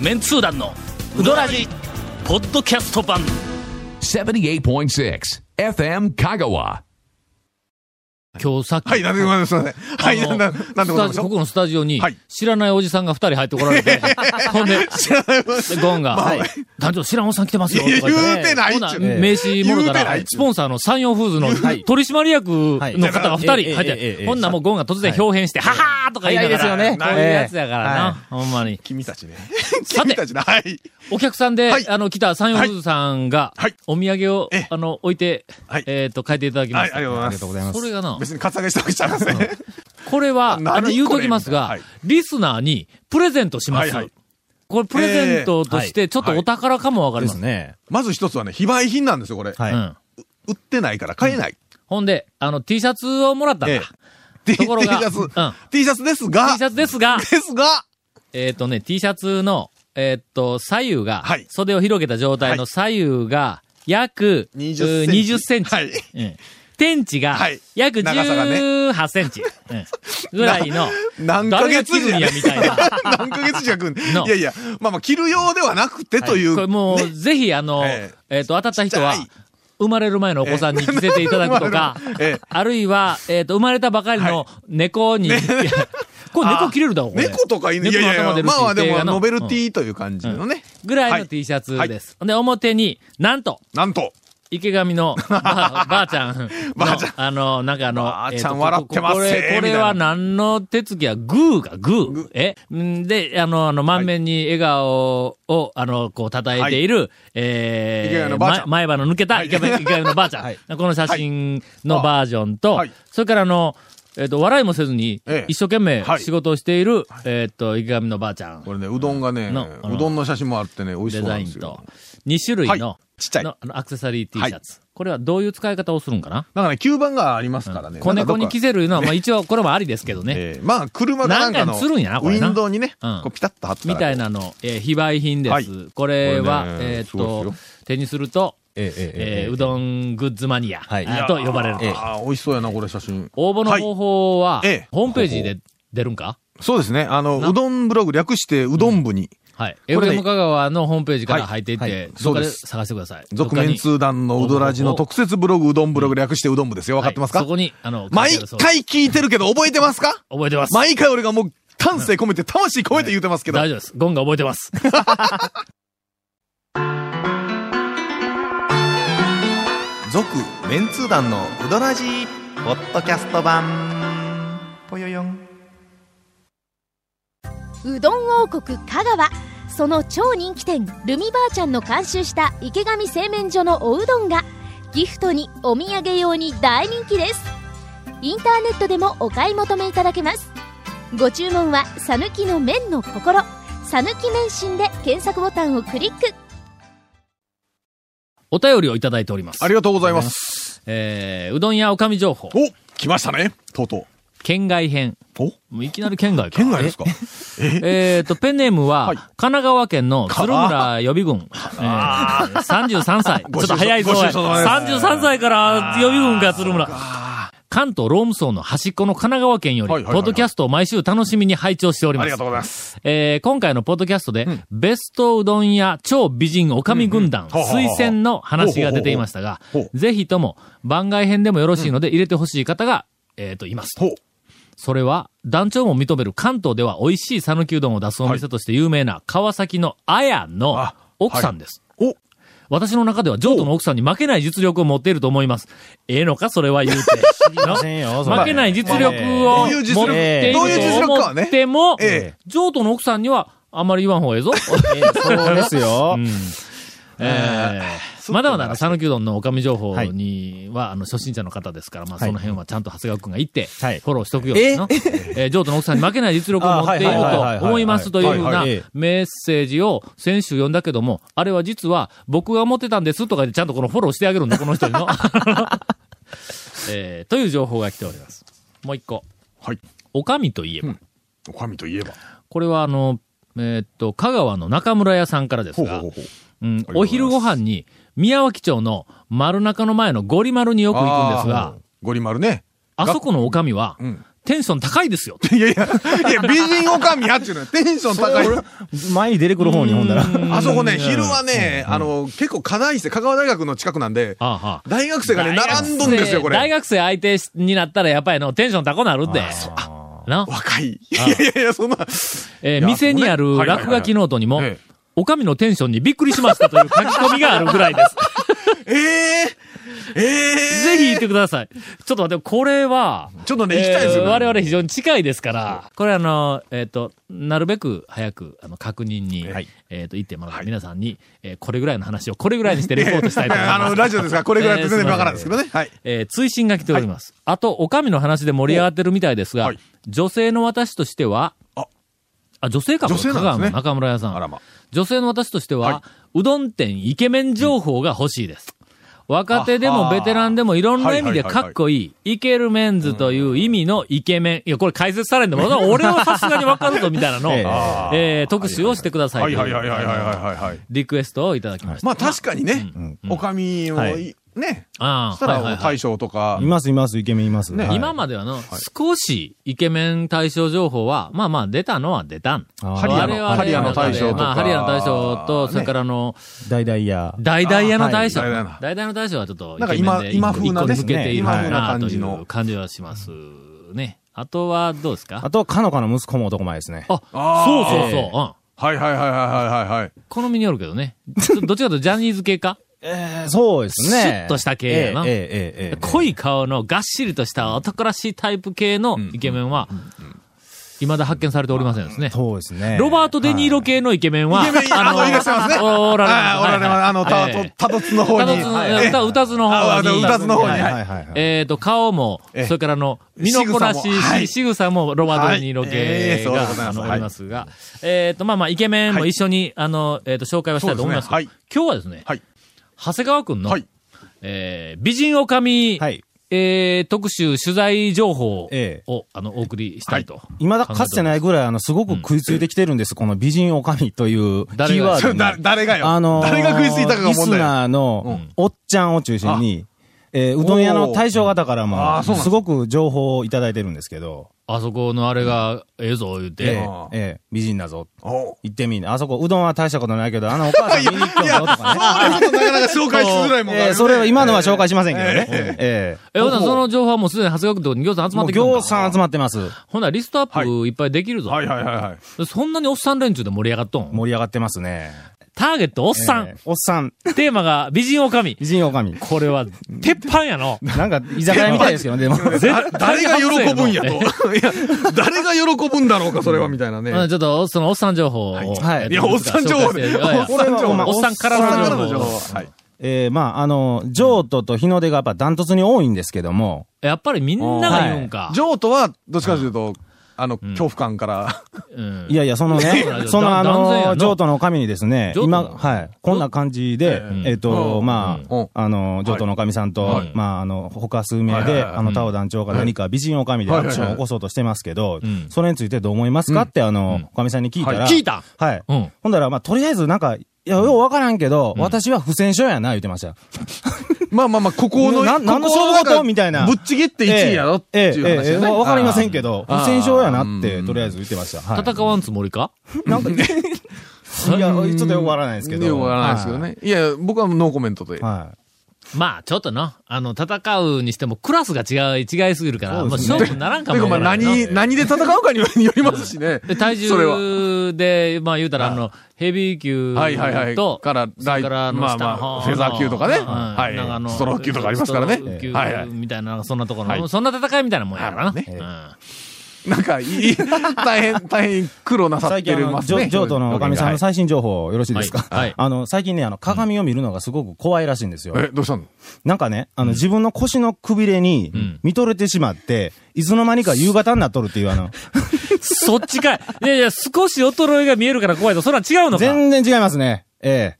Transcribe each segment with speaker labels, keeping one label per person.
Speaker 1: メンツー団のウドラジポッドキャスト版
Speaker 2: 78.6 FM Kagawa.
Speaker 3: 今日さっき、
Speaker 4: はい、なんでございます。すいませんはい、
Speaker 3: あ
Speaker 4: な
Speaker 3: の
Speaker 4: んだ、なんでございま
Speaker 3: スタ
Speaker 4: し
Speaker 3: ジオ
Speaker 4: ょ
Speaker 3: こ
Speaker 4: う。
Speaker 3: このスタジオに
Speaker 4: はい、
Speaker 3: 知らないおじさんが二人入ってこられて、ほんで、ゴンが、はい団長知らんおっさん来てますよ、とか言って
Speaker 4: 言うてないっ
Speaker 3: ほ
Speaker 4: ちゅ
Speaker 3: な、
Speaker 4: うね。
Speaker 3: 名刺も
Speaker 4: 言う
Speaker 3: ろた
Speaker 4: てな
Speaker 3: ら
Speaker 4: い、
Speaker 3: スポンサーの山陽フーズの取締役の方が二人
Speaker 5: はい
Speaker 3: 入っ
Speaker 5: えええええ
Speaker 3: て、
Speaker 5: え
Speaker 3: ほんならもうゴンが突然表変して、ははーとか言いながら、
Speaker 5: 早いですよ
Speaker 3: こ
Speaker 5: ね
Speaker 3: ういうやつやからな、ほんま に。
Speaker 4: 君たちね。
Speaker 3: さ
Speaker 4: 君
Speaker 3: て
Speaker 4: たちね。はい。
Speaker 3: お客さんで、
Speaker 4: はい
Speaker 3: あの、来た山陽フーズさんが、
Speaker 4: はい
Speaker 3: お土産を
Speaker 4: ええ、
Speaker 3: あの、置いて、
Speaker 4: はい
Speaker 3: えっ、と、書いていただきま
Speaker 4: は
Speaker 3: し
Speaker 4: い、
Speaker 3: た。
Speaker 4: ありがとうございます。
Speaker 5: ありがとうございます。
Speaker 3: これがな、
Speaker 4: 別にカツアゲしたわけじゃないですね。
Speaker 3: これは、
Speaker 4: 何
Speaker 3: あの、言う
Speaker 4: ことれ
Speaker 3: きますが、
Speaker 4: はい
Speaker 3: リスナーにプレゼントします。
Speaker 4: はいはい
Speaker 3: これ、プレゼントとして、ちょっとお宝かもわかり
Speaker 5: で
Speaker 3: ますす。
Speaker 5: ね。
Speaker 4: まず一つはね、非売品なんですよ、これ。
Speaker 5: はい。
Speaker 3: うん。
Speaker 4: 売ってないから買えない。
Speaker 3: ほんで、あの、T シャツをもらったんだ。
Speaker 4: ええ T
Speaker 3: ところが
Speaker 4: T シャ
Speaker 3: うん
Speaker 4: ツ。T シャツですが
Speaker 3: T シ、ャツですが、
Speaker 4: ですが、
Speaker 3: えっ、とね、T シャツの、えっ、と、左右が、
Speaker 4: はい
Speaker 3: 袖を広げた状態の左右が、約、
Speaker 4: 20
Speaker 3: うー20センチ。
Speaker 4: はい
Speaker 3: うん天地が
Speaker 4: はい、
Speaker 3: 約
Speaker 4: 長さがね
Speaker 3: 18センチ。うんぐらいの、
Speaker 4: 何ヶ
Speaker 3: 誰が
Speaker 4: 月
Speaker 3: 着るんや、みたいな。
Speaker 4: 何ヶ月じゃくん。
Speaker 3: の
Speaker 4: いやいや、まあまあ、着る用ではなく てという。
Speaker 3: これもう、ぜひ、あの、え
Speaker 4: え
Speaker 3: っ、と、当たった人は
Speaker 4: ちっちゃい、、
Speaker 3: 生まれる前のお子さんに着せていただくとか
Speaker 4: ええ
Speaker 3: あるいは、えっ、と、生まれたばかりの猫に、これ猫切れるだろ、これ
Speaker 4: 猫とか犬、いや
Speaker 3: 猫
Speaker 4: い
Speaker 3: の
Speaker 4: やい
Speaker 3: 頭出
Speaker 4: や、
Speaker 3: るし
Speaker 4: まあまあで
Speaker 3: 映画
Speaker 4: も、
Speaker 3: の
Speaker 4: ノベルティという感じのね。
Speaker 3: ぐらい
Speaker 4: は
Speaker 3: の
Speaker 4: い
Speaker 3: T シャツです。で、表に、なんと、
Speaker 4: なんと、
Speaker 3: 池 上のばばあちゃんの、
Speaker 4: ばあちゃん
Speaker 3: あの、なんかあの、
Speaker 4: ばあちゃん
Speaker 3: えーと
Speaker 4: 笑ってます
Speaker 3: こ
Speaker 4: せーみ
Speaker 3: れ、
Speaker 4: たい
Speaker 3: こ
Speaker 4: な
Speaker 3: れは何の手つきや、グーがグー。えんで、あの、あの、満面に笑顔を、あの、こう、叩いている、えー
Speaker 4: 池上のばあちゃん
Speaker 3: ま前歯の抜けた池上池上のばあちゃん、
Speaker 5: はい
Speaker 3: この写真のバージョンと、
Speaker 4: はい
Speaker 3: それからあの、えっ、と、笑いもせずに
Speaker 4: ええ、
Speaker 3: 一生懸命
Speaker 4: はい
Speaker 3: 仕事をしている、えっ、と、池上のばあちゃん
Speaker 4: こ、れね、うどんがね、
Speaker 3: のあの
Speaker 4: うどんの写真もあってね、美味し
Speaker 3: デ
Speaker 4: そう
Speaker 3: ザ
Speaker 4: なん
Speaker 3: イ
Speaker 4: で
Speaker 3: ン
Speaker 4: すよ
Speaker 3: と。、2種類の、
Speaker 4: はいちっちゃい
Speaker 3: のあのアクセサリー T シャツ、これはどういう使い方をするんかな
Speaker 4: だからね、吸盤がありますからね。
Speaker 3: 子猫に
Speaker 4: なんかどっか
Speaker 3: 着せるのは、まあ一応これもありですけどね。
Speaker 4: ええまあ、車かなんか
Speaker 3: なんか
Speaker 4: の、
Speaker 3: につるんやなこ
Speaker 4: ウ
Speaker 3: れ
Speaker 4: ィ
Speaker 3: な
Speaker 4: ンドウにね、
Speaker 3: うん
Speaker 4: こうピタッと貼って
Speaker 3: みたい。なの、えー非売品です。
Speaker 4: はい
Speaker 3: これは、
Speaker 4: これね
Speaker 3: えーっ
Speaker 4: すごい
Speaker 3: と
Speaker 4: で、
Speaker 3: 手にすると、
Speaker 5: えええええ
Speaker 3: え
Speaker 5: え
Speaker 3: ーうどんグッズマニア、
Speaker 5: はい
Speaker 3: あと呼ばれると。
Speaker 4: ああ、美味しそうやな、これ写真。
Speaker 3: 応募の方法は、
Speaker 4: いええ
Speaker 3: ホームページで出るんか
Speaker 4: そうですね。あの、
Speaker 3: な
Speaker 4: うどんブログ略して、うどん部に、
Speaker 3: はい。
Speaker 4: これね
Speaker 3: FM 香川のホームページから
Speaker 4: は
Speaker 3: 入っていって、
Speaker 5: は
Speaker 3: どっか
Speaker 4: そう
Speaker 3: で
Speaker 4: です
Speaker 3: 探してください。
Speaker 4: 続面
Speaker 3: どっ
Speaker 4: 通談のうどラジの特設ブログ、うどんブログ略してうどん部ですよ。わ
Speaker 3: か
Speaker 4: かっ
Speaker 3: に
Speaker 4: てますか、
Speaker 3: はいそこに、あの、書
Speaker 4: 毎
Speaker 3: いてあるそうです
Speaker 4: 回聞いてるけど、覚えてますか
Speaker 3: 覚えてます。
Speaker 4: 毎回俺がもう、丹精込めて、魂込めて言うてますけど。
Speaker 3: 大丈夫です。ゴンが覚えてます。
Speaker 4: 続、
Speaker 6: メンツー団のウドラジーポッドキャスト版ぽよよん
Speaker 7: うどん王国香川その超人気店ルミばあちゃんの監修した池上製麺所のおうどんがギフトにお土産用に大人気ですインターネットでもお買い求めいただけますご注文は「さぬきの麺の心」「さぬき麺心」で検索ボタンをクリック
Speaker 3: お便りをいただいております。
Speaker 4: ありがとうございます。
Speaker 3: えー、うどん屋おかみ情報、
Speaker 4: お来ましたね、とうと
Speaker 3: 県外編。
Speaker 4: う。お
Speaker 3: もういきなり県外か。
Speaker 4: 県外ですか
Speaker 3: えっと、ペンネームは、
Speaker 4: はい
Speaker 3: 神奈川県の鶴村予備軍。えー33歳。ちょ
Speaker 4: ご愁
Speaker 3: っ
Speaker 4: 傷
Speaker 3: と早いぞ、
Speaker 4: ご
Speaker 3: お
Speaker 4: 愁
Speaker 3: い
Speaker 4: 傷様です
Speaker 3: 33歳から予備軍か、鶴村。関東ローム層の端っこの神奈川県より、ポ
Speaker 4: はいはいはいはい
Speaker 3: ッドキャストを毎週楽しみに拝聴してお
Speaker 4: あ
Speaker 3: りま
Speaker 4: り
Speaker 3: す
Speaker 4: がとう。ございます。
Speaker 3: えー今回のポッドキャストで、ベストうどん屋超美人おかみ軍団、
Speaker 4: うんうんはあはあ
Speaker 3: 推
Speaker 4: はあ
Speaker 3: 薦の話が出ていましたが
Speaker 4: ほうほうほ、う
Speaker 3: ぜひとも番外編でもよろしいので入れてほしい方が、えっ、と、います。
Speaker 4: ほう。
Speaker 3: それは、団長も認める関東では美味しい讃岐うどんを出すお店として有名な川崎のあやの
Speaker 4: あ
Speaker 3: 奥さんです。
Speaker 4: お
Speaker 3: 私の中では譲渡の奥さんに負けない実力を持っていると思います。ええのかそれは 言うて。
Speaker 5: ませんよそ れ
Speaker 3: 負けない実力を
Speaker 4: どういう実
Speaker 3: 持っ
Speaker 4: 力
Speaker 3: てい
Speaker 4: どういう
Speaker 3: る
Speaker 4: 実力
Speaker 3: と
Speaker 4: か
Speaker 3: 思
Speaker 4: はね
Speaker 3: っても
Speaker 4: え、
Speaker 3: 譲渡の奥さんにはあまり言わん方がええ ぞ。
Speaker 5: ええそうですよ。
Speaker 3: ええまだまだ、讃岐うどんのおかみ情報には、あの、初心者の方ですから、まあ、その辺はちゃんと長谷川くんが行って、フ
Speaker 5: はい
Speaker 3: ォローしとくようにな。えー、譲渡の奥さんに負けない実力を持っている
Speaker 5: あはいはいはいはい
Speaker 3: と思いますというふう
Speaker 5: はい
Speaker 3: な
Speaker 5: はいはい
Speaker 3: メッセージを先週読んだけども、あれは実は僕が思ってたんですとかでちゃんとこのフォローしてあげるんだ、この人に の。えーという情報が来ております。もう一個。
Speaker 4: はい。
Speaker 3: おかみといえば、
Speaker 4: おかみといえば。
Speaker 3: これはあの、えーっと、香川の中村屋さんからです
Speaker 4: ほうほ
Speaker 3: が、
Speaker 4: うほうほう。
Speaker 3: うん、
Speaker 4: とう
Speaker 3: お
Speaker 4: ござい
Speaker 3: 昼
Speaker 4: ます
Speaker 3: ご飯に、宮脇町の丸中の前のゴリ丸によく行くんですが、
Speaker 4: ゴリ丸ね。
Speaker 3: あそこのおかみは
Speaker 4: う、ん。
Speaker 3: テンション高いですよ。
Speaker 4: いやいや、いや、美人おかみやっちゅうのよテンション高い。
Speaker 5: 前に出てくる方にほんだら。
Speaker 4: あそこね、昼はね、あの、結構課題室、香川大学の近くなんで、
Speaker 3: ああ
Speaker 4: 大学生がね、並んどんですよ、こ
Speaker 3: 大
Speaker 4: れ。
Speaker 3: 学生相手になったら、やっぱりの、テンション高なるで。な、
Speaker 4: 若い。いやいやいや、そんな。
Speaker 3: えー店にある
Speaker 4: はいはいはい
Speaker 3: 落書きノートにも
Speaker 4: ええ、
Speaker 3: おかみのテンションにびっくりしましたという書き込みがあるぐらいです。
Speaker 4: ええええ
Speaker 3: ぜひ言ってください。ちょっと待って、これは、
Speaker 4: ちょっとね、行きたいです
Speaker 3: え
Speaker 4: よ
Speaker 3: ー
Speaker 4: ね。
Speaker 3: 我々非常に近いですから、これあの、えっ、と、なるべく早く、あの、確認に、
Speaker 5: はい
Speaker 3: えっ、と、行ってもらって、皆さんに、えーこれぐらいの話をこれぐらいにしてレポートしたいと思います。
Speaker 4: あ の、ラジオですから、これぐらいだと全然わからんですけどね。はい。
Speaker 3: えー追伸が来ております。あと、おかみの話で盛り上がってるみたいですが、
Speaker 4: はい
Speaker 3: 女性の私としては、
Speaker 4: あ
Speaker 3: あ女性かも、
Speaker 4: 女性なんですね
Speaker 3: 香川の中村屋さん。
Speaker 4: あらま
Speaker 3: 女性の私としては、うどん店イケメン情報が欲しいです。若手で
Speaker 4: あ
Speaker 3: も
Speaker 4: はー
Speaker 3: ベテランでもいろんな意味でかっこいい、イケるメンズという意味のイケメン。いや、これ解説されんでも、俺はさすがにわかるぞみたい なのを、
Speaker 5: ええ
Speaker 3: えー特集をしてください。
Speaker 4: はいはいはいはいはいはいはい。
Speaker 3: リクエストをいただきました。
Speaker 4: まあ確かにね、おかみを
Speaker 5: は、い
Speaker 4: ね、
Speaker 3: あ
Speaker 4: そ
Speaker 3: あ
Speaker 4: した
Speaker 3: はいは
Speaker 4: ら
Speaker 3: いはい
Speaker 4: 大将とか
Speaker 5: い、ますいます、イケメンいます。
Speaker 4: ね
Speaker 5: はい
Speaker 3: 今まではの、少しイケメン対象情報は、まあまあ出たのは出たん。
Speaker 5: あー
Speaker 4: ハリアの
Speaker 3: 我々
Speaker 4: ハリアの大将とか
Speaker 3: まあ、ハリアの大将と、それからあの、
Speaker 5: 大々や。
Speaker 3: 大々屋の大将。
Speaker 4: あーはい
Speaker 3: 大々屋の大将はちょっと、
Speaker 4: なんか今
Speaker 3: イケメンで
Speaker 4: 今風なね
Speaker 3: 一個抜けている
Speaker 5: 今
Speaker 3: か
Speaker 5: 風
Speaker 4: な
Speaker 3: なと
Speaker 4: 感
Speaker 3: い
Speaker 4: じの
Speaker 3: う感じはしますね。あとはどうですか
Speaker 5: あと、かのかの息子も男前ですね。
Speaker 3: あ
Speaker 4: あー
Speaker 3: そうそうそう、うん。
Speaker 4: はいはいはいはいはいはいはい。
Speaker 3: 好みによるけどね。ちょっとどっちかというとジャニーズ系か
Speaker 5: えーそうですね。
Speaker 3: シュッとした系やな
Speaker 5: ええええええええ
Speaker 3: 濃い顔のがっしりとした男らしいタイプ系のイケメンは、未だ発見されておりませんですね。
Speaker 5: そうですね。
Speaker 3: ロバート・デ・ニーロ系のイケメンは、
Speaker 4: イケメン、あの、いらっしゃいますね。
Speaker 3: おられます。
Speaker 4: はいおられます。あの、
Speaker 3: はい
Speaker 4: た、たどつの方
Speaker 3: 歌
Speaker 4: に。
Speaker 3: 津の、歌、歌津の
Speaker 4: あ
Speaker 3: 方に。
Speaker 4: 歌津の方に
Speaker 5: はい
Speaker 3: はい
Speaker 5: はいはいはい。
Speaker 3: えっと、顔も、そ
Speaker 4: ええ
Speaker 3: れからあの、身のこなし
Speaker 4: 仕草もは、い
Speaker 3: し仕草もロバート・デ・ニーロ
Speaker 4: はいえ
Speaker 3: 系
Speaker 4: えそうでござい
Speaker 3: が、
Speaker 4: ま
Speaker 3: あ
Speaker 4: す
Speaker 3: の、
Speaker 4: はい
Speaker 3: おりますが、えっと、まあまあ、イケメンも一緒に、あの、えっと、紹介はしたいと思います
Speaker 4: そう
Speaker 3: が
Speaker 4: ですね
Speaker 3: 今日はですね
Speaker 4: はい、
Speaker 3: 長谷川くんの
Speaker 4: はい、
Speaker 3: えー美人おかみ
Speaker 5: はい、
Speaker 3: えー特集取材情報
Speaker 5: ええ
Speaker 3: を、あの、お送りしたいと。
Speaker 5: いまだかつてないぐらい、あの、すごく食いついてきてるんです、この美人女将というキ
Speaker 3: 誰
Speaker 5: ー
Speaker 3: が
Speaker 5: ワー
Speaker 4: そ
Speaker 5: ド
Speaker 4: れ
Speaker 5: に。
Speaker 4: だ誰がよ、
Speaker 5: あのー
Speaker 4: 誰が食いついたかが
Speaker 5: リス
Speaker 4: 問題よ。
Speaker 5: ナーの、おっちゃんを中心に、えーうどん屋の大将方から
Speaker 4: おーあ
Speaker 5: も、
Speaker 4: ーそうなんです
Speaker 5: すごく情報をいただいてるんですけど、
Speaker 3: あそこのあれが、ええぞ、言う
Speaker 5: え
Speaker 3: て。
Speaker 5: ーえー美人だぞ。
Speaker 4: おう
Speaker 5: 行ってみんな。あそこ、うどんは大したことないけど、あのお母さん見に行ってぞとかね。
Speaker 4: あちょっとなかなか紹介しづらいもんがある
Speaker 5: え
Speaker 4: ね
Speaker 5: ーそれは今のは紹介しませんけどね。えー
Speaker 3: え、ほな、その情報はもうすでに長谷川君とこに行さん集ま
Speaker 5: も
Speaker 3: って
Speaker 5: う
Speaker 3: きてる
Speaker 5: 行さん集まってます。
Speaker 3: ほんならリストアップいっぱいできるぞ。
Speaker 4: はいはいはいはい。
Speaker 3: そんなにおっさん連中で盛り上がっとん。
Speaker 5: 盛り上がってますね。
Speaker 3: ターゲットおっ
Speaker 5: お
Speaker 3: さん。
Speaker 5: おっさん。
Speaker 3: テーマが美人女将。
Speaker 5: 美人女将。
Speaker 3: これは、鉄板やの。
Speaker 5: なんか、居酒屋みたいですけどね、でも。
Speaker 4: だ誰が喜ぶんやと。い
Speaker 3: ね
Speaker 4: や、誰が喜ぶんだろうか、それは、みたいなね。
Speaker 3: うんちょっと、そのおっさん情報を。
Speaker 5: はい
Speaker 3: えと
Speaker 5: い
Speaker 4: やおっさん情報で
Speaker 3: 紹介していやいや
Speaker 5: これはほんま
Speaker 3: おっさんから
Speaker 4: おっさん
Speaker 3: の
Speaker 4: から
Speaker 3: 情報
Speaker 4: の情報。はい。
Speaker 5: えー、まあ、あの、譲渡と日の出がやっぱダントツに多いんですけども、
Speaker 3: やっぱりみんなが言うんか。
Speaker 4: 譲渡は、どっちかというと、あの、恐怖感から。
Speaker 3: うん
Speaker 5: いやいや、その
Speaker 3: う
Speaker 5: ね
Speaker 3: ん、
Speaker 5: そのあ
Speaker 3: 断然やな
Speaker 5: の、譲渡の神にですね、
Speaker 3: 譲渡
Speaker 5: 今、
Speaker 3: の
Speaker 5: はい、こんな感じで、えっと、ま
Speaker 4: う
Speaker 5: あ
Speaker 4: ん、
Speaker 5: あの、譲渡の神さんと、まあ、あの、他数名
Speaker 4: はいはい
Speaker 5: で、
Speaker 4: はい
Speaker 5: あの、タオ団長が何か美人女将でアクションを起こそうとしてますけど
Speaker 3: ん、
Speaker 5: それについてどう思いますかって、あの、おかみさんに聞いたら、
Speaker 3: 聞いた
Speaker 5: はい。
Speaker 3: うん。
Speaker 5: ほんだら、まあ、とりあえずなんか、いや、ようわからんけど、私は不戦勝やな、言ってましたよ。
Speaker 4: まあまあまあ、ここの、
Speaker 5: な
Speaker 4: ここ
Speaker 5: 何の勝負事みたいな
Speaker 4: ぶっちぎって1位やろっていう話
Speaker 5: ええええ
Speaker 4: です
Speaker 5: ええ
Speaker 4: ね。
Speaker 5: わかりませ
Speaker 4: ん。
Speaker 5: んけど、
Speaker 4: あー
Speaker 5: 不戦勝やなって、とりあえず言ってました。はい
Speaker 3: 戦わんつもりか
Speaker 5: な んか、いや、ちょっとよくわからないですけど。
Speaker 4: よくわからないですけどね。いや、僕はノーコメントで。
Speaker 5: はい。はい。
Speaker 3: まあ、ちょっとな。あの、戦うにしてもクラスが違い、違いすぎるから、もう
Speaker 5: そうで
Speaker 3: 勝負
Speaker 5: すね
Speaker 3: にならんか
Speaker 4: て
Speaker 3: も
Speaker 4: か
Speaker 3: わ
Speaker 4: まあ
Speaker 3: からんな。
Speaker 4: 何、何で戦うかによりますしね
Speaker 3: で、。体
Speaker 4: それは。
Speaker 3: 重で、まあ言うたら、あの、ヘビー級
Speaker 4: はいはいはい
Speaker 3: と、
Speaker 4: から
Speaker 3: それからあの
Speaker 4: ライ
Speaker 3: 下の
Speaker 4: まあまあ
Speaker 3: 方の
Speaker 4: フェザー級とかね
Speaker 3: うん
Speaker 4: はい
Speaker 3: なんかあの
Speaker 4: ストローク級とかありますからね
Speaker 3: ストローク級
Speaker 4: はいはい
Speaker 3: みたいな、なんかそんなところの、
Speaker 4: はい
Speaker 3: そんな戦いみたいなもんやからな。
Speaker 4: はい
Speaker 3: うん
Speaker 4: なんか、いい、 大変、大変苦労なさっ
Speaker 5: 最
Speaker 4: て
Speaker 5: 近あ
Speaker 4: る
Speaker 5: の、
Speaker 4: ます
Speaker 5: ジョ
Speaker 4: ね。
Speaker 5: ジョートのおかみさんの最新情報、よろしいですか、
Speaker 3: はいはい
Speaker 5: あの、最近ね、あの、鏡を見るのがすごく怖いらしいんですよ。
Speaker 4: え、どうしたの
Speaker 5: なんかね、あの、自分の腰のくびれに、見とれてしまって、いつの間にか夕方になっとるっていう、あの、
Speaker 3: そっちかい。いやいや、少し衰えが見えるから怖いと、それは違うの か。
Speaker 5: 全然違いますね。え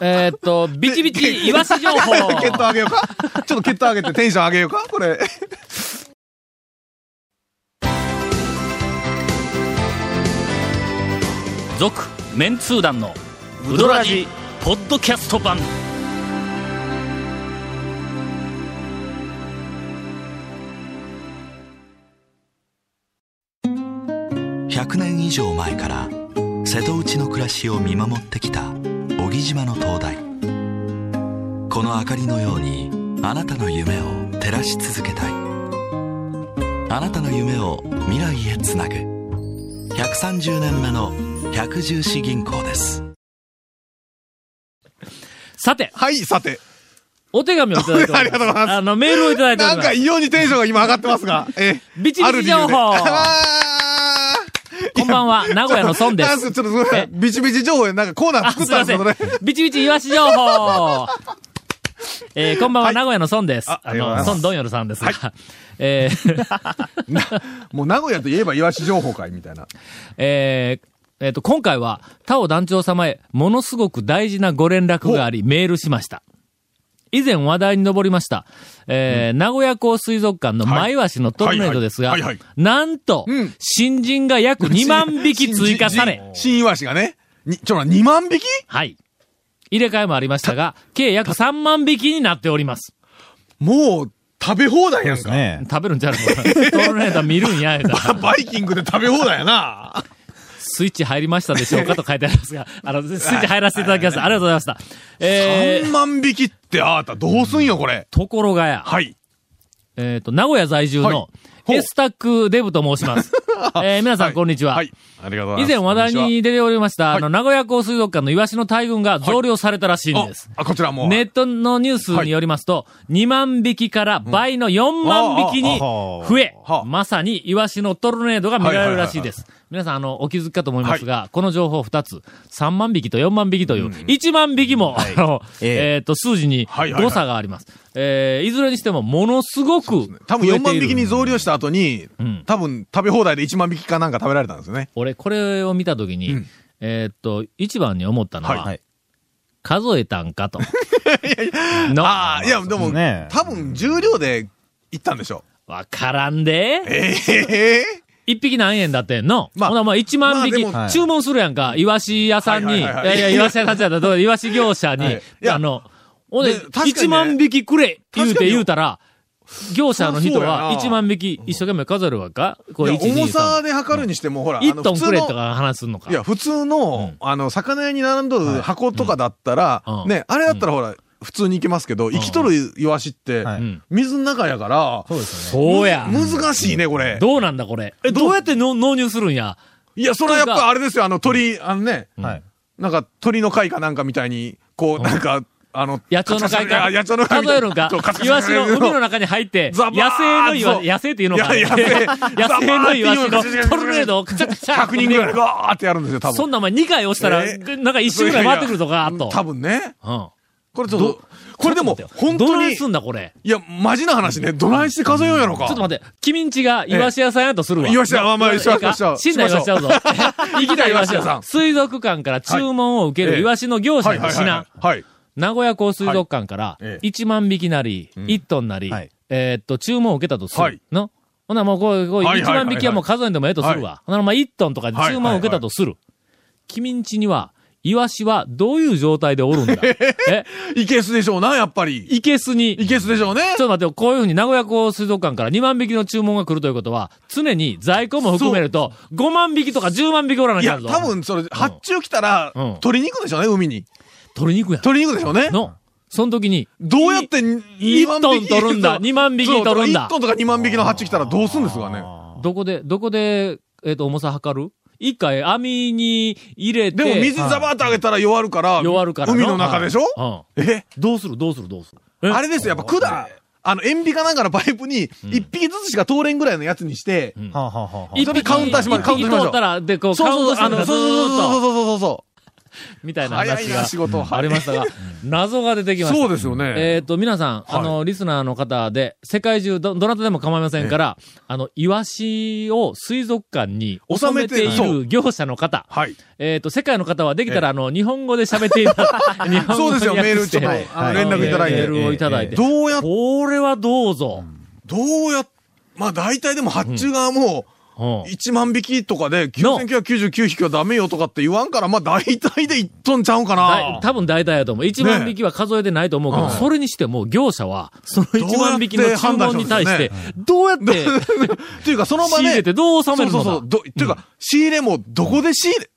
Speaker 3: えーっと、ビチビチ、イワシ情報。
Speaker 4: ケット上げようかちょっとケット上げてテンション上げようかこ れ。
Speaker 1: 続メンツー団のウドラジポッドキャスト版
Speaker 8: 100年以上前から瀬戸内の暮らしを見守ってきた小木島の灯台この明かりのようにあなたの夢を照らし続けたいあなたの夢を未来へつなぐ130年目の百十四銀行です
Speaker 3: さて、
Speaker 4: はい、さて。
Speaker 3: お手紙をいただいておりま す。
Speaker 4: ありがとうございます
Speaker 3: あの、メールをいただいており
Speaker 4: なん
Speaker 3: ま
Speaker 4: か
Speaker 3: す。
Speaker 4: 異様にテンションが今上がってますが。ええ。
Speaker 3: ビチビチ情報
Speaker 4: ある理由で
Speaker 3: こんばんは、名古屋の孫で
Speaker 4: なん
Speaker 3: す。
Speaker 4: かちょっとすごい
Speaker 3: え。
Speaker 4: ビチビチ情報でなんかコーナー
Speaker 3: あ、
Speaker 4: 作
Speaker 3: す
Speaker 4: っ
Speaker 3: い
Speaker 4: た
Speaker 3: ま
Speaker 4: んで
Speaker 3: せ
Speaker 4: す
Speaker 3: ん
Speaker 4: けどね。。
Speaker 3: ビチビチイワシ情報 えー、こんばんは、名古屋の孫です。あ
Speaker 4: ありがとうござ
Speaker 3: の、
Speaker 4: います
Speaker 3: 孫どんよるさんですが、 えー
Speaker 4: もう名古屋といえばイワシ情報会みたいな。
Speaker 3: えーえーと、今回は、他を団長様へ、ものすごく大事なご連絡があり、メールしました。以前話題に上りました、えー名古屋港水族館の前橋のトルネードですが
Speaker 4: はいはいはい、
Speaker 3: なんと
Speaker 4: うん、
Speaker 3: 新人が約2万匹追加され、
Speaker 4: 新イワシがね。に、ちょ、2万匹
Speaker 3: はい。入れ替えもありましたが、計約3万匹になっております。
Speaker 4: もう、食べ放題やんか。
Speaker 5: ね
Speaker 3: 食べるんちゃうの トルネード見るんや、えた
Speaker 4: バ
Speaker 3: ら
Speaker 4: バイキングで食べ放題やな。
Speaker 3: スイッチ入りましたでしょうかと書いてありますが、あの、スイッチ入らせていただきます。ありがとうございました。え
Speaker 4: 3
Speaker 3: ー、
Speaker 4: 万匹ってあーた、どうすんよ、これ。
Speaker 3: ところがや、
Speaker 4: はい。
Speaker 3: えっ、と、名古屋在住
Speaker 4: はい
Speaker 3: の、
Speaker 4: ほう
Speaker 3: エスタックデブと申 します。えー、皆さん、こんにちは。
Speaker 4: はい。ありがとうございま
Speaker 3: 以
Speaker 4: す。
Speaker 3: 前話題
Speaker 4: こんに
Speaker 3: に出ておりました、
Speaker 4: はい
Speaker 3: あの、名古屋港水族館のイワシの大群が増量されたらし
Speaker 4: ち
Speaker 3: い
Speaker 4: は。
Speaker 3: んです。
Speaker 4: あ、あこちらも。
Speaker 3: ネットのニュースによりますと、2万匹から倍の4万匹に
Speaker 5: はあ
Speaker 3: 増え
Speaker 4: はあ、
Speaker 3: まさにイワシのトルネードが見られるらしいです。皆さん、あの、お気づきかと思いますが、この情報2つ、3万匹と4万匹という、1万匹も、あの、えっと、数字に
Speaker 4: はいはいはい
Speaker 3: 誤差があります。えーいずれにしても、ものすごく、
Speaker 4: 多分4万匹に増量した後に、
Speaker 3: ん
Speaker 4: 多分食べ放題で1万匹かなんか食べられたんですよね。
Speaker 3: 俺、これを見たときに、えーっと、一番に思ったのは、
Speaker 5: はいはい
Speaker 3: 数えたんかと。の
Speaker 4: ああ、いや、でも、
Speaker 5: ね
Speaker 4: 多分重量で行ったんでしょ
Speaker 3: わからんで。
Speaker 4: ええ
Speaker 3: 一匹何円だってんの
Speaker 4: まあ
Speaker 3: ほな、まあ、一万匹、
Speaker 4: まあで
Speaker 5: も
Speaker 3: 注文するやんか。イワシ屋さんに、い
Speaker 4: はいはいはいは
Speaker 3: や
Speaker 4: い
Speaker 3: いや、イワシ屋さんじゃなくてイワシ業者に、
Speaker 4: はいいや
Speaker 3: あの、ほんで
Speaker 4: で確か、にね
Speaker 3: 一万匹くれ言う
Speaker 4: 確か
Speaker 3: て
Speaker 4: に
Speaker 3: 言うたら、業者の人
Speaker 4: そうや
Speaker 3: は
Speaker 4: な
Speaker 3: 一万匹一生懸命数えるわけかこ
Speaker 4: い
Speaker 3: れ
Speaker 4: や
Speaker 3: 一二
Speaker 4: 重さ
Speaker 3: 三
Speaker 4: で測るにしても、ほら、
Speaker 3: 一トンくれと
Speaker 4: の、
Speaker 3: か話すんのか。
Speaker 4: いや、普通の、あの、魚屋に並んどる箱とかだったら
Speaker 3: うんうん、
Speaker 4: ね、あれだったらほら、普通に行けますけど、生きとるイワシって
Speaker 5: は、い
Speaker 3: ん
Speaker 4: 水の中やから、
Speaker 5: そうですよね。
Speaker 3: そうや。
Speaker 4: 難しいね、これ。
Speaker 3: どうなんだこれ。え、どうやっての納入するんや。
Speaker 4: いや、それはやっぱあれですよ、あの鳥、あのね、
Speaker 5: はい。
Speaker 4: なんか鳥の会かなんかみたいに、こう、なんか、あの、
Speaker 3: 野鳥の
Speaker 4: カチ
Speaker 3: 会
Speaker 4: ャカチャあ
Speaker 3: か。
Speaker 4: 野鳥の会み
Speaker 3: 数
Speaker 4: た
Speaker 3: え
Speaker 4: い
Speaker 3: るん
Speaker 4: な
Speaker 3: か
Speaker 4: そうカチ。ャ
Speaker 3: イ
Speaker 4: カ
Speaker 3: ワ
Speaker 4: チ
Speaker 3: シ
Speaker 4: ャ
Speaker 3: の
Speaker 4: カチャ
Speaker 3: 海の中に入って、
Speaker 4: ザ
Speaker 3: 野
Speaker 4: バーン
Speaker 3: 生のイワ
Speaker 4: そう
Speaker 3: 野生っていうのか。
Speaker 4: いや野生
Speaker 3: 野生のイワシ
Speaker 4: ザバーンっていうの
Speaker 3: のトルネードをカチャカチャ。
Speaker 4: 100人ぐらいガーってやるんですよ、多分。
Speaker 3: そんなんお前2回押したら、
Speaker 4: えー
Speaker 3: なんか一周ぐらい回ってくるとか、あと。
Speaker 4: 多分ね。
Speaker 3: うん。
Speaker 4: これちょっと、これでも
Speaker 3: ちょっと待ってよ、
Speaker 4: 本
Speaker 3: ど
Speaker 4: 当
Speaker 3: ない
Speaker 4: に、
Speaker 3: すんだこれ。
Speaker 4: いや、マジな話ね、どないして数えようやろか。
Speaker 3: ちょっと待って、君んちがイワシ屋さんやとするわ。
Speaker 4: ええイワシ屋まあまあ
Speaker 3: いいか
Speaker 4: しましょう
Speaker 3: 死んだイワシ屋ぞ。生
Speaker 4: きたイワシ屋さん
Speaker 3: 水族館から注文を受け
Speaker 4: は
Speaker 3: る
Speaker 4: い
Speaker 3: イワシの業者
Speaker 4: はいは
Speaker 3: に
Speaker 4: い
Speaker 3: し
Speaker 4: はい
Speaker 3: な
Speaker 4: は。い。はい。
Speaker 3: 名古屋港水族館から
Speaker 4: ええ
Speaker 3: 1万匹なり、
Speaker 4: ん
Speaker 3: 1トンなり、
Speaker 5: はい
Speaker 3: えーっと、注文を受けたとする。
Speaker 4: はい
Speaker 3: のほなもうこう、こう、
Speaker 4: はい
Speaker 3: 1
Speaker 4: はいはい
Speaker 3: 万匹はもう数えんでもええとするわ。ほなまあ1トンとかで注文を受けたとする。君んちには、イワシはどういう状態でお るんだえ、
Speaker 4: いけすでしょうな、やっぱり。
Speaker 3: いけすに。
Speaker 4: いけすでしょうね。
Speaker 3: ちょっと待ってよ、こういうふうに名古屋港水族館から2万匹の注文が来るということは、常に在庫も含めると、5万匹とか10万匹おらないきゃ
Speaker 4: や、
Speaker 3: んぞ。
Speaker 4: 多分、それ、発注来たら
Speaker 3: うん、
Speaker 4: 取りに行くでしょうね、海に。
Speaker 3: 取りに行くやん。
Speaker 4: 取りに行くでしょうね。
Speaker 3: の、その時に、
Speaker 4: どうやって2万
Speaker 3: トン
Speaker 4: 匹
Speaker 3: 取る んだ2万匹取るんだ
Speaker 4: 1トンとか2万匹の発注来たらどうすんですかね。
Speaker 3: どこで、どこで、えっ、と、重さ測る一回網に入れて。
Speaker 4: でも水ザバーッと上げたら弱るから、
Speaker 3: 弱るからな
Speaker 4: 海の中でしょ
Speaker 3: は
Speaker 4: え
Speaker 3: いうん。どうするどうするどうするえ
Speaker 4: あれですよ、やっぱ管、あの、塩ビかなんかのパイプに、1匹ずつしか通れんぐらいのやつにして、
Speaker 5: はあ、はあはあは
Speaker 3: 一
Speaker 4: そ
Speaker 3: 匹
Speaker 4: れカウンターしま
Speaker 3: 一匹
Speaker 4: カウンターしましょう
Speaker 3: 通ったら、で、こう、
Speaker 4: そう
Speaker 3: カウン
Speaker 4: そうそう、
Speaker 3: トして
Speaker 4: あの、そうそう
Speaker 3: う
Speaker 4: そうそうそうそ
Speaker 3: みた
Speaker 4: う。
Speaker 3: いな
Speaker 4: 早い
Speaker 3: 話
Speaker 4: な、
Speaker 3: が
Speaker 4: 仕事。
Speaker 3: ありましたが、謎が出てきました。
Speaker 4: そうですよね。
Speaker 3: えっ、と、皆さん、あの、リスナーの方で、世界中ど、どなたでも構いませんから、あの、イワシを水族館に収
Speaker 4: 収
Speaker 3: め
Speaker 4: め
Speaker 3: て
Speaker 4: て
Speaker 3: い
Speaker 4: そう
Speaker 3: る業者の方、
Speaker 4: はい。
Speaker 3: えっ、と、世界の方はできたら、あの、日本語で喋っていただ 日本
Speaker 4: そう
Speaker 3: 語
Speaker 4: ですよ、
Speaker 3: に訳
Speaker 4: メール
Speaker 3: して
Speaker 4: ちょっと、あの連絡いただい
Speaker 3: メ
Speaker 4: て
Speaker 3: ー。ルをいただいて。
Speaker 4: どうやっ
Speaker 3: これはどうぞ。
Speaker 4: どうやっ、まあ大体でも発注がもう、
Speaker 3: うん
Speaker 4: 1万匹とかで
Speaker 3: の
Speaker 4: 9999匹はダメよとかって言わんから、まあ大体で1トンちゃうんか
Speaker 3: だ い
Speaker 4: な。
Speaker 3: 多分大体やと思う。1万
Speaker 4: ねえ
Speaker 3: 匹は数えてないと思うけど、
Speaker 4: うん
Speaker 3: それにしても業者は、その
Speaker 4: うやって
Speaker 3: 1万匹の注文に対して、どうやって
Speaker 4: というかその場
Speaker 3: 仕
Speaker 4: で。
Speaker 3: 入れてどう収める
Speaker 4: そうそう
Speaker 3: の
Speaker 4: そう。
Speaker 3: だ
Speaker 4: どというか、仕入れもどこで仕入れ、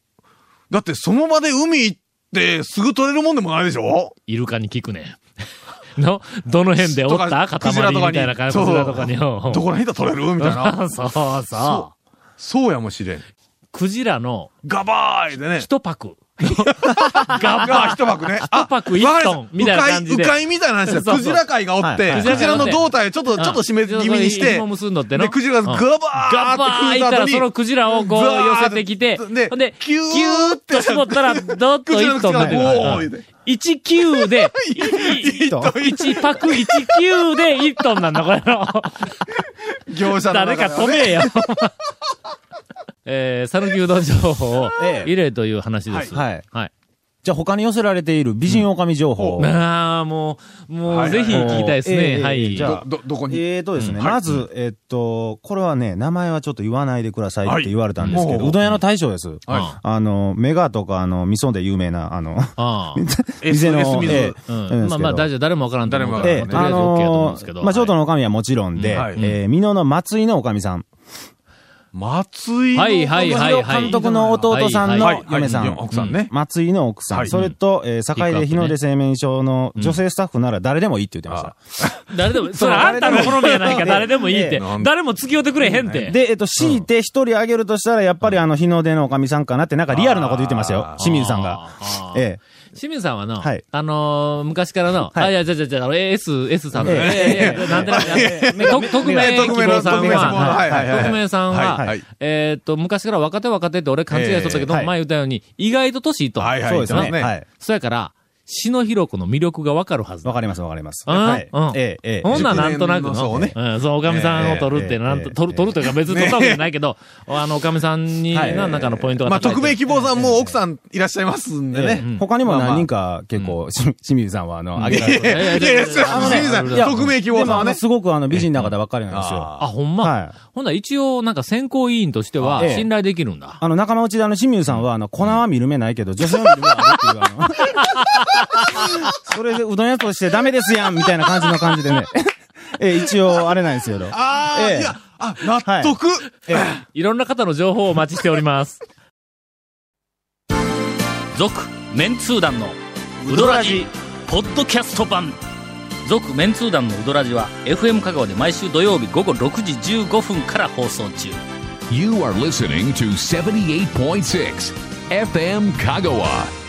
Speaker 4: だってその場で海行ってすぐ取れるもんでもないでしょ
Speaker 3: イルカに聞くね。 の、どの辺でおっ
Speaker 4: とか
Speaker 3: た塊みたいな感じ
Speaker 4: クジラ
Speaker 3: だ
Speaker 4: と
Speaker 3: と
Speaker 4: か
Speaker 3: か
Speaker 4: に
Speaker 3: に。
Speaker 4: どこら辺で取れるみたいな。
Speaker 3: うんそうそ。
Speaker 4: そうそうやもしれん。
Speaker 3: クジラの
Speaker 4: ガバーイでね。
Speaker 3: 一パク。ガ
Speaker 4: あ、
Speaker 3: バ
Speaker 4: 一幕ね。あ
Speaker 3: 一泊一トン
Speaker 4: わかりました
Speaker 3: みたいな感じで
Speaker 4: 迂回迂回みたいな話で
Speaker 3: そうそう
Speaker 4: クジラ界がおって、
Speaker 5: はい
Speaker 4: クジラの胴体をちょっと、
Speaker 3: うん
Speaker 4: ちょっと締め気味にし
Speaker 3: ちょっと
Speaker 4: て
Speaker 3: 紐、結んどっての
Speaker 4: で、クジラがガバー
Speaker 3: ガバ
Speaker 4: って
Speaker 3: ー
Speaker 4: 食
Speaker 3: いうった
Speaker 4: た後
Speaker 3: ら、
Speaker 4: に、
Speaker 3: そのクジラをこう
Speaker 4: ザー
Speaker 3: 寄
Speaker 4: ッ
Speaker 3: せてきて、
Speaker 4: で
Speaker 3: ほんで、
Speaker 4: キ
Speaker 3: キ
Speaker 4: ュ
Speaker 3: ュ
Speaker 4: ー
Speaker 3: ーッと絞ったら、どっと
Speaker 4: クジラ
Speaker 3: 1
Speaker 4: の口
Speaker 3: トン
Speaker 4: が
Speaker 3: 出
Speaker 4: こ
Speaker 3: て
Speaker 4: う、
Speaker 3: く
Speaker 4: お
Speaker 3: る。
Speaker 4: ー言うて
Speaker 3: 19で、1
Speaker 5: トン
Speaker 3: パク19で1トンなんだ、これの。
Speaker 4: 業者の中
Speaker 3: 誰
Speaker 4: では
Speaker 3: か
Speaker 4: ね
Speaker 3: 止めえよ。 えー、讃岐うどん情報を
Speaker 5: ええ
Speaker 3: 入れという話です。
Speaker 5: はいはい
Speaker 3: はい。
Speaker 5: じゃあ他に寄せられている美人狼情報。
Speaker 3: ああ、もう、も
Speaker 4: は
Speaker 3: う、
Speaker 4: い
Speaker 3: ぜひ聞きたいです
Speaker 5: え
Speaker 3: ね。
Speaker 5: え
Speaker 3: はい。
Speaker 5: じゃあ
Speaker 4: どどどこに
Speaker 5: えーとですね、
Speaker 4: うん
Speaker 5: まず、えっと、これはね、名前はちょっと言わないでくださいっ
Speaker 4: はい
Speaker 5: て言われたんですけ
Speaker 4: もう
Speaker 5: ど、うどん屋の大将です。
Speaker 3: は
Speaker 5: あの、メガとか、あの、味噌で有名な、あの、
Speaker 3: ああ。
Speaker 5: 店の
Speaker 4: S 水
Speaker 5: え
Speaker 3: う
Speaker 5: えなん
Speaker 3: ん
Speaker 5: ですけど
Speaker 3: まあまあ、大丈夫。誰もわからんと思うから。
Speaker 5: ええ、
Speaker 3: とりあ
Speaker 5: あ
Speaker 3: えず OK やと思うん
Speaker 5: の
Speaker 3: ですけ
Speaker 5: ー
Speaker 3: ど。
Speaker 5: まあ、
Speaker 3: はい
Speaker 5: 京都のおかみはもちろんで、
Speaker 4: はい
Speaker 5: えー、美濃の松井のおかみさん。
Speaker 4: 松井の
Speaker 3: はいはいはいはい
Speaker 5: 監督の弟さん
Speaker 3: はい
Speaker 5: の
Speaker 4: はい
Speaker 5: 嫁さん。
Speaker 4: 奥さんね。
Speaker 5: 松井の奥さん。
Speaker 4: はい
Speaker 5: それと、えー、境で日の出製麺所の女性スタッフなら誰でもいいって言ってました。
Speaker 3: 誰でも、それ
Speaker 5: そう
Speaker 3: あんたの好みやないか、誰で
Speaker 5: 誰で
Speaker 3: も
Speaker 5: も
Speaker 3: い
Speaker 5: いい
Speaker 3: いって
Speaker 5: ええ。
Speaker 3: 誰も付き合ってくれへんって。
Speaker 5: で、えっと、強いて一人挙げるとしたら、やっぱりあの、日の出のおかみさんかなって、なんかリアルなこと言ってましたよ。清水さんが
Speaker 3: あー。あー
Speaker 5: え
Speaker 3: 清水さんはの、
Speaker 5: はい
Speaker 3: あのー昔からの、
Speaker 5: はい
Speaker 3: あ、いや、じゃあじゃあじゃあ、え S、S さんの、
Speaker 5: え
Speaker 3: え
Speaker 5: え
Speaker 3: えええなんでなんで、と匿名希望さん
Speaker 5: 匿名希望さん
Speaker 3: は、
Speaker 5: はいはいはい
Speaker 3: 匿名さん
Speaker 4: はいは、
Speaker 3: はいえーっと、昔から若手若手って俺勘違いしとったけど、
Speaker 5: ええはい
Speaker 3: 前言ったように、意外と年いいと。
Speaker 4: はい
Speaker 5: え。
Speaker 4: はい
Speaker 5: そうです
Speaker 4: そうです
Speaker 5: ね。
Speaker 4: ね
Speaker 5: はい。
Speaker 3: そうやから、篠弘子の魅力がわかるはずだ
Speaker 5: わかります、わかります。
Speaker 3: うん
Speaker 5: はい
Speaker 3: うん。
Speaker 5: ええ、ええ。
Speaker 3: ほんならなんとなく
Speaker 4: 熟年
Speaker 3: の、
Speaker 4: のそうね
Speaker 3: ん、そのおかみさんを取るって、
Speaker 5: ええ
Speaker 3: なん
Speaker 5: え
Speaker 3: と、
Speaker 5: え
Speaker 3: 取る、取るというか別に取ったわけじゃないけど、あの、おかみさんに、
Speaker 5: はい
Speaker 3: なんかのポイントが
Speaker 4: まあ、
Speaker 3: 高いって
Speaker 4: 匿名希望さんも奥さんいらっしゃいますんで
Speaker 5: え
Speaker 4: ね。
Speaker 5: え他にも何人か結構、し清水さんは、あの、挙げられ
Speaker 4: い
Speaker 5: て。
Speaker 4: やいやいや、清水さん、
Speaker 5: いや
Speaker 4: 匿名希望
Speaker 5: で
Speaker 4: さん
Speaker 5: も、
Speaker 4: は
Speaker 5: あの、
Speaker 4: ね。
Speaker 5: すごくあの、美人な方ばっかりなんですよ。
Speaker 3: あ、ほんま。
Speaker 5: はい
Speaker 3: ほんなら一応、なんか選考委員としては、
Speaker 5: ええ
Speaker 3: 信頼できるんだ。
Speaker 5: あの、仲間内であの、清水さんは、あの、粉は見る目ないけど、女性は見る目あるっていう、あの、 それでうどん屋としてダメですやん、みたいな感じの感じでね。 ええ、一応、あれなんですけど。
Speaker 4: ああ、
Speaker 5: ええ
Speaker 4: いや、あ、納得
Speaker 5: ええ
Speaker 3: いろんな方の情報をお待ちしております。
Speaker 1: 続メンツー団のウドラジポッドキャスト版続メンツー団のウドラジは FM 香川で毎週土曜日午後6時15分から放送中
Speaker 2: You are listening to 78.6 FM Kagawa.